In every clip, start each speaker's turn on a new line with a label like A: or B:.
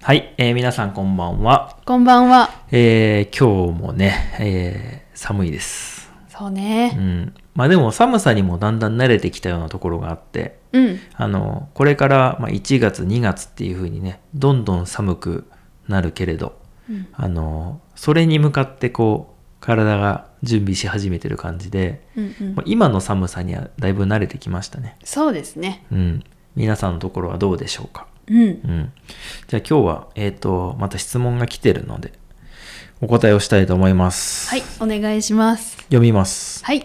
A: はい、えー皆さんこんばんは。
B: こんばんは。
A: えー今日もね、えー寒いです。
B: そう
A: う
B: ね。
A: ん。まあでも寒さにもだんだん慣れてきたようなところがあって、
B: うん。
A: あの、これからまあ1月、2月っていう風にね、どんどん寒くなるけれど、
B: うん
A: あの、それに向かってこう、体が準備し始めてる感じで、
B: うんうん
A: まあ今の寒さにはだいぶ慣れてきましたね。
B: そうですね。
A: うん。皆さんのところはどうでしょうか
B: うん。
A: うん。じゃあ今日は、えっ、と、また質問が来てるので、お答えをしたいと思います。
B: はい、お願いします。
A: 読みます。
B: はい。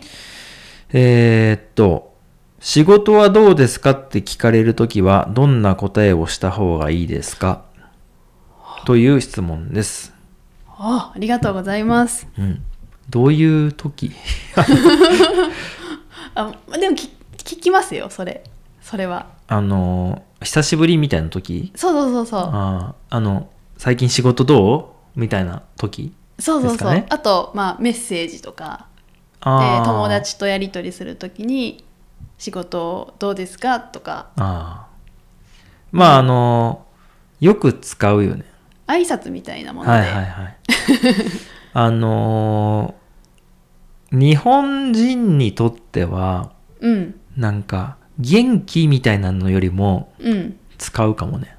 A: えーっと、仕事はどうですかって聞かれるときは、どんな答えをした方がいいですかという質問です。
B: あ、ありがとうございます。
A: うん。どういうとき
B: あ、でもき聞きますよ、それ。それは。
A: あの、久しぶりみたいなとき
B: そうそうそうそう。
A: あーあの、最近仕事どうみたいなとき
B: そうそう
A: です
B: そう。
A: かね
B: あと、まあ、メッセージとかで友達とやり取りするときに仕事どうですかとか
A: ああ。まあ、あの、よく使うよね。
B: 挨拶みたいなもの
A: は
B: で。
A: いはいはい。 あのー日本人にとっては、
B: うん。
A: なんか、元気みたいなのよりも
B: うん。
A: 使うかもね。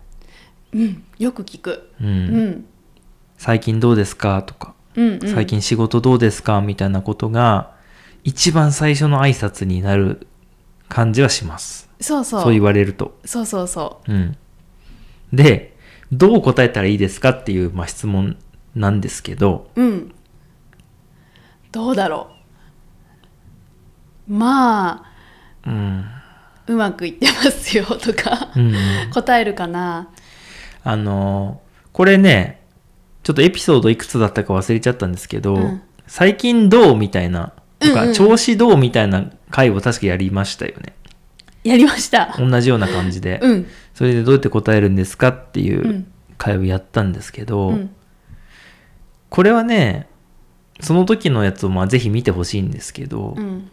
B: うん。よく聞く。
A: うん。
B: うん。
A: 最近どうですかとか、
B: うん、うん。
A: 最。近仕事どうですかみたいなことが、一番最初の挨拶になる感じはします。
B: そうそう。
A: そう言われると。
B: そうそうそ
A: うん。で、どう答えたらいいですかっていう、まあ、質問なんですけど、
B: う。うん。どうだろう。まあ、
A: うん。
B: うまくいってますよとか、
A: うん、
B: 答えるかな。
A: あのーこれね、ちょっとエピソードいくつだったか忘れちゃったんですけど、
B: うん
A: 最近どうみたいな、とか、
B: うんうん
A: 調子どうみたいな回を確かやりましたよね。
B: やりました。
A: 同じような感じで。
B: うん。
A: それでどうやって答えるんですかっていううん回をやったんですけど、
B: うん。
A: これはね、その時のやつをまあぜひ見てほしいんですけど、
B: うん。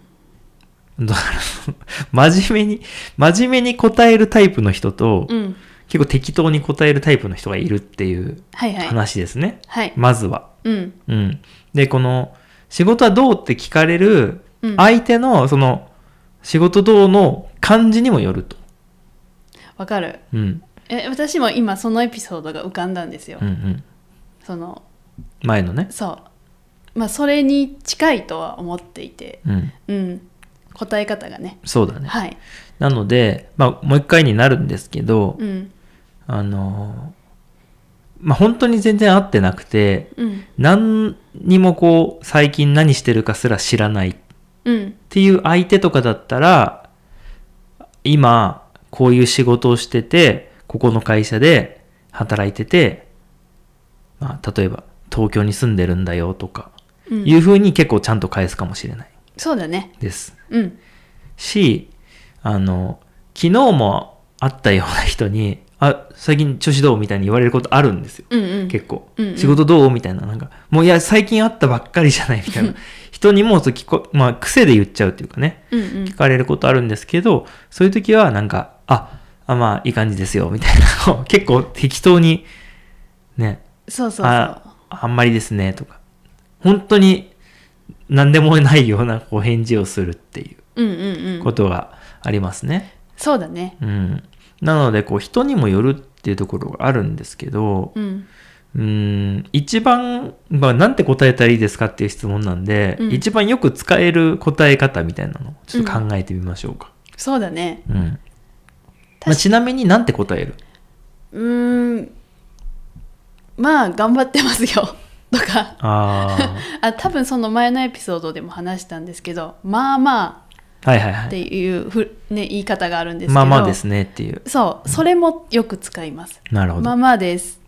A: だから、 真面目に、真面目に答えるタイプの人と、
B: うん。
A: 結構適当に答えるタイプの人がいるっていう
B: はいはい。
A: 話ですね。
B: はい。
A: まずは。
B: うん。
A: うん。で、この、仕事はどうって聞かれる
B: うん、
A: 相手の、その、仕事どうの感じにもよると。
B: わかる。
A: うん。
B: え、私も今そのエピソードが浮かんだんですよ
A: うんう。ん。
B: その、
A: 前のね。
B: そう。まあ、それに近いとは思っていて、
A: うん。
B: うん。答え方がね。
A: そうだね。
B: はい。
A: なので、まあ、もう一回になるんですけど、
B: うん。
A: あのーまあ、本当に全然合ってなくて、
B: うん。
A: 何にもこう、最近何してるかすら知らないっ
B: うん。
A: ていう相手とかだったら、今、こういう仕事をしてて、ここの会社で働いてて、まあ、例えば、東京に住んでるんだよとか、
B: うん
A: いうふうに結構ちゃんと返すかもしれない
B: そうだね。
A: です。
B: うん。
A: し、あの、昨日も会ったような人に、あ、最近調子どうみたいに言われることあるんですよ。
B: うんうん。
A: 結構、
B: うんうん
A: 仕事どうみたいななんかもういや最近会ったばっかりじゃないみたいな人にもそう聞こ、まあ、癖で言っちゃうっていうかね
B: うんうん
A: 聞。かれることあるんですけどそういう時はなんかああまあいい感じですよみたいな のを結構適当にね
B: そうそうそう。
A: ああんまりですねとか本当に何でもないようなこう返事をするってい
B: うんうん
A: う
B: う
A: こ
B: ん。
A: とがありますね。
B: そうだね。
A: うん、なのでこう人にもよるっていうところがあるんですけど、
B: うん。
A: うーん一番、まあ、なんて答えたらいいですかっていう質問なんで、
B: うん
A: 一番よく使える答え方みたいなのをちょっと考えてみましょうか。
B: そうだね。
A: うん
B: 確か
A: まあ、ちなみになんて答える
B: うーん。まあ、頑張ってますよ。 とか。
A: あ
B: あ、多分その前のエピソードでも話したんですけど、まあま
A: あ はいはいは
B: あっ
A: い。
B: ていうふ、ね、言い方があるんですけど。
A: まあまあですねっていう。
B: そう、それもよく使います。
A: なるほど。
B: まあまあです。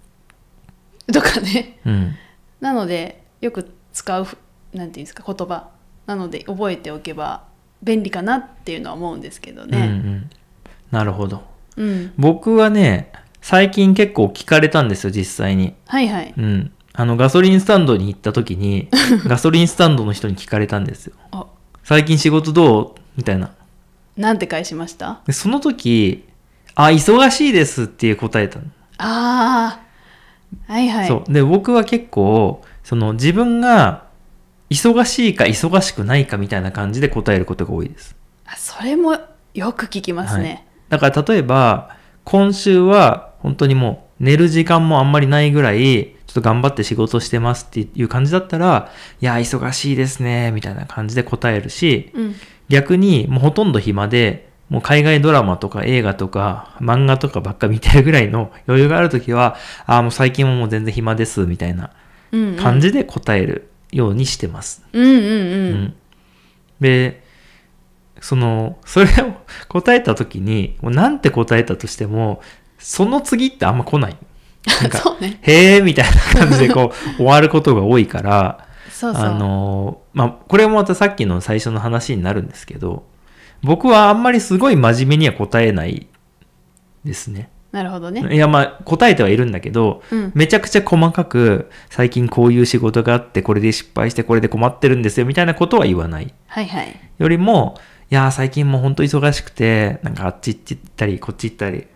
B: とかね。
A: うん、
B: なので、よく使うふ、なんていうんですか、言葉。なので、覚えておけば便利かなっていうのは思うんですけど
A: うんう
B: ね。
A: ん。なるほど。
B: うん。
A: 僕はね、最近結構聞かれたんですよ、実際に。
B: はいはい。
A: うん。あの、ガソリンスタンドに行った時 に、ガソリンスタンドの人に聞かれたんですよ。
B: あ、
A: 最近仕事どうみたいな。
B: なんて返しました
A: でその時、あ、忙しいですっていう答えたの。
B: ああはいはい。
A: そうで僕は結構その自分が忙しいか忙しくないかみたいな感じで答えることが多いです
B: あそれもよく聞きますね。
A: だから例えば今週は本当にもう寝る時間もあんまりないぐらいちょっと頑張って仕事してますっていう感じだったらいや忙しいですねみたいな感じで答えるし
B: うん。
A: 逆にもうほとんど暇でもう海外ドラマとか映画とか漫画とかばっか見てるぐらいの余裕がある時はああもう最近はもう全然暇ですみたいな
B: うん、うん。
A: 感じで答えるようにしてます。
B: うんうんう。
A: うんんでそのそれを 答えた時にもうなんて答えたとしてもその次ってあんま来ない。なんか
B: そうね。
A: へえみたいな感じでこう終わることが多いから
B: そうそう。
A: あのまあこれもまたさっきの最初の話になるんですけど僕はあんまりすごい真面目には答えないですね。
B: なるほどね。
A: いやまあ答えてはいるんだけど、
B: うん
A: めちゃくちゃ細かく最近こういう仕事があってこれで失敗してこれで困ってるんですよみたいなことは言わない
B: はいはい。
A: よりもいやー最近もうほんと忙しくてなんかあっち行ったりこっち行ったり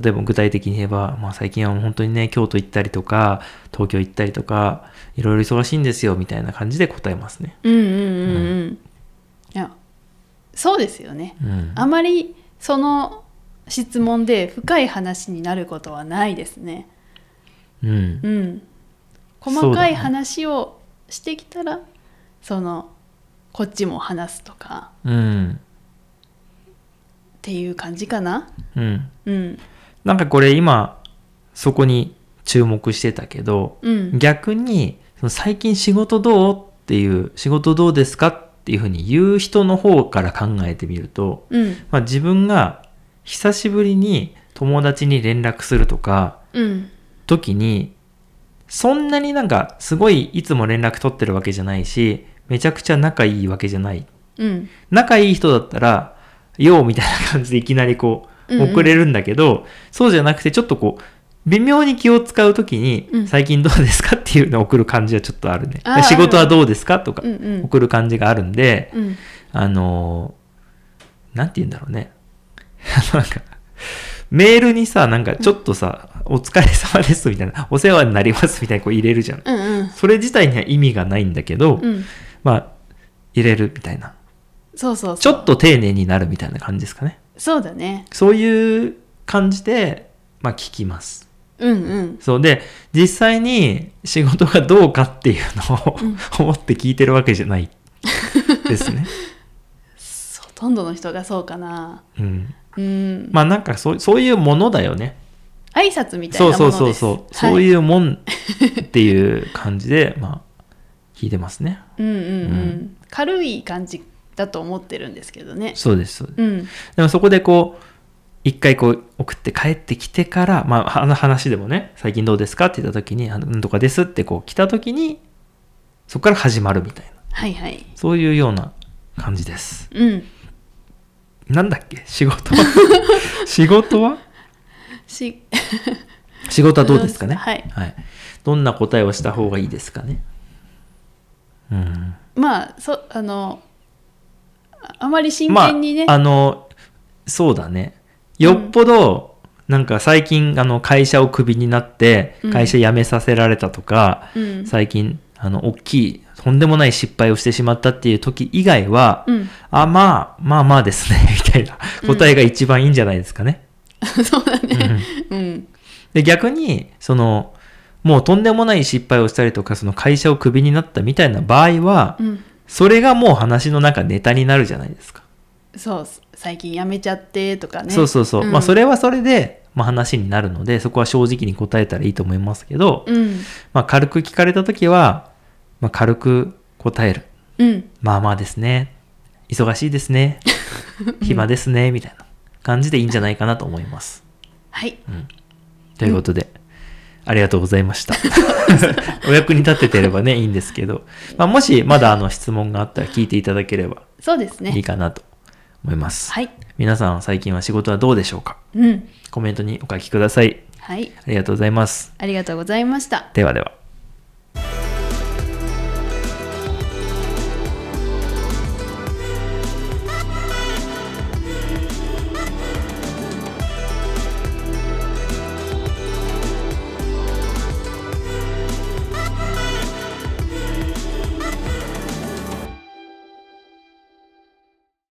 A: 例えば具体的に言えば、まあ、最近はもう本当にね京都行ったりとか東京行ったりとかいろいろ忙しいんですよみたいな感じで答えますね。
B: うんうんうんうん。いや、そうですよね。
A: うん、
B: あまりその質問で深い話になることはないですね。
A: うん
B: うん。
A: そ
B: 細
A: うだ
B: か
A: ね
B: い話をしてきたら、そ,、の、こっちも話すとか
A: うん
B: っていう感じかな。
A: うん、
B: うん。
A: なんかこれ今そこに注目してたけど、
B: うん。
A: 逆にその最近仕事どうっていう仕事どうですかっていうふうに言う人の方から考えてみると、
B: うん。
A: まあ、自分が久しぶりに友達に連絡するとか
B: うん。
A: 時にそんなになんかすごいいつも連絡取ってるわけじゃないしめちゃくちゃ仲いいわけじゃない
B: うん。
A: 仲いい人だったら「よう」みたいな感じでいきなりこ
B: うん
A: う
B: うん
A: 遅れるんだけど、そうじゃなくてちょっとこう微妙に気を使う時に「
B: うん
A: 最近どうですか?」っていうのを送る感じはちょっとあるね
B: あー
A: 仕事はどうですかとか
B: うんうん。
A: 送る感じがあるんで、
B: うん。
A: あのーなんて言うんだろうね なんかメールにさなんかちょっとさ「お疲れ様です」みたいな「お世話になります」みたいなこう入れるじゃん
B: うんうん。
A: それ自体には意味がないんだけど、
B: うん。
A: まあ入れるみたいな
B: そうそうそう。
A: ちょっと丁寧になるみたいな感じですかね。
B: そうだね。
A: そういう感じで、まあ聞きます。
B: うんうん。
A: そうで、実際に仕事がどうかっていうのを、
B: うん
A: 思って聞いてるわけじゃないです ね。
B: ほとんどの人がそうかな。
A: うん。
B: うん。
A: まあなんかそうそういうものだよね。
B: 挨拶みたい
A: そう
B: なも
A: そ
B: の
A: う
B: です。
A: そうそう。
B: は
A: そういうもんっていう感じ で、まあ聞いてますね。
B: うんうんうん、
A: うん
B: 軽い感じだと思ってるんですけどね。
A: そうです、そうです。
B: うん、
A: でもそこでこう、一回こう送って帰ってきてから、まあ、あの話でもね、最近どうですかって言った時に、あのなんとかですってこう来た時に、そこから始まるみたいな、
B: はいはい。
A: そういうような感じです。
B: うん、
A: なんだっけ仕事 は仕事は
B: し、
A: 仕事はどうですかね
B: はい
A: どんな答えをした方がいいですかねうん。
B: まあ、そ、あの。ああまり真剣にね。
A: まあ、あの、そうだね。よっぽど、なんか最近、あの、会社をクビになって
B: う、ん
A: 会社辞めさせられたとか、
B: うん、
A: 最近、あの、大きい、とんでもない失敗をしてしまったっていう時以外は、
B: うん、
A: あ、まあ、まあまあですね、 みたいな
B: うん
A: 答えが一番いいんじゃないですかね。
B: そうだね。うん、
A: で、逆に、その、もうとんでもない失敗をしたりとか、その会社をクビになったみたいな場合は
B: う、ん、
A: それがもう話の中ネタになるじゃないですか。
B: そう、最近やめちゃってとかね。
A: そうそうそう、
B: ん
A: まあそ。れはそれで、まあ、話になるのでそこは正直に答えたらいいと思いますけど、
B: うん、
A: まあ、軽く聞かれた時は、まあ、軽く答える
B: うん、
A: まあまあですね忙しいです ね暇ですねみたいな感じでいいんじゃないかなと思います
B: はい、
A: ということで、ありがとうございま したお役に立ててればねいいんですけど、まあ、もしまだあの質問があったら聞いていただければ
B: そうですね。
A: いいかなと思います、
B: はい、
A: 皆さん最近は仕事はどうでしょうか
B: うん、
A: コメントにお書きください
B: はい、
A: ありがとうございます。
B: ありがとうございました。
A: ではでは。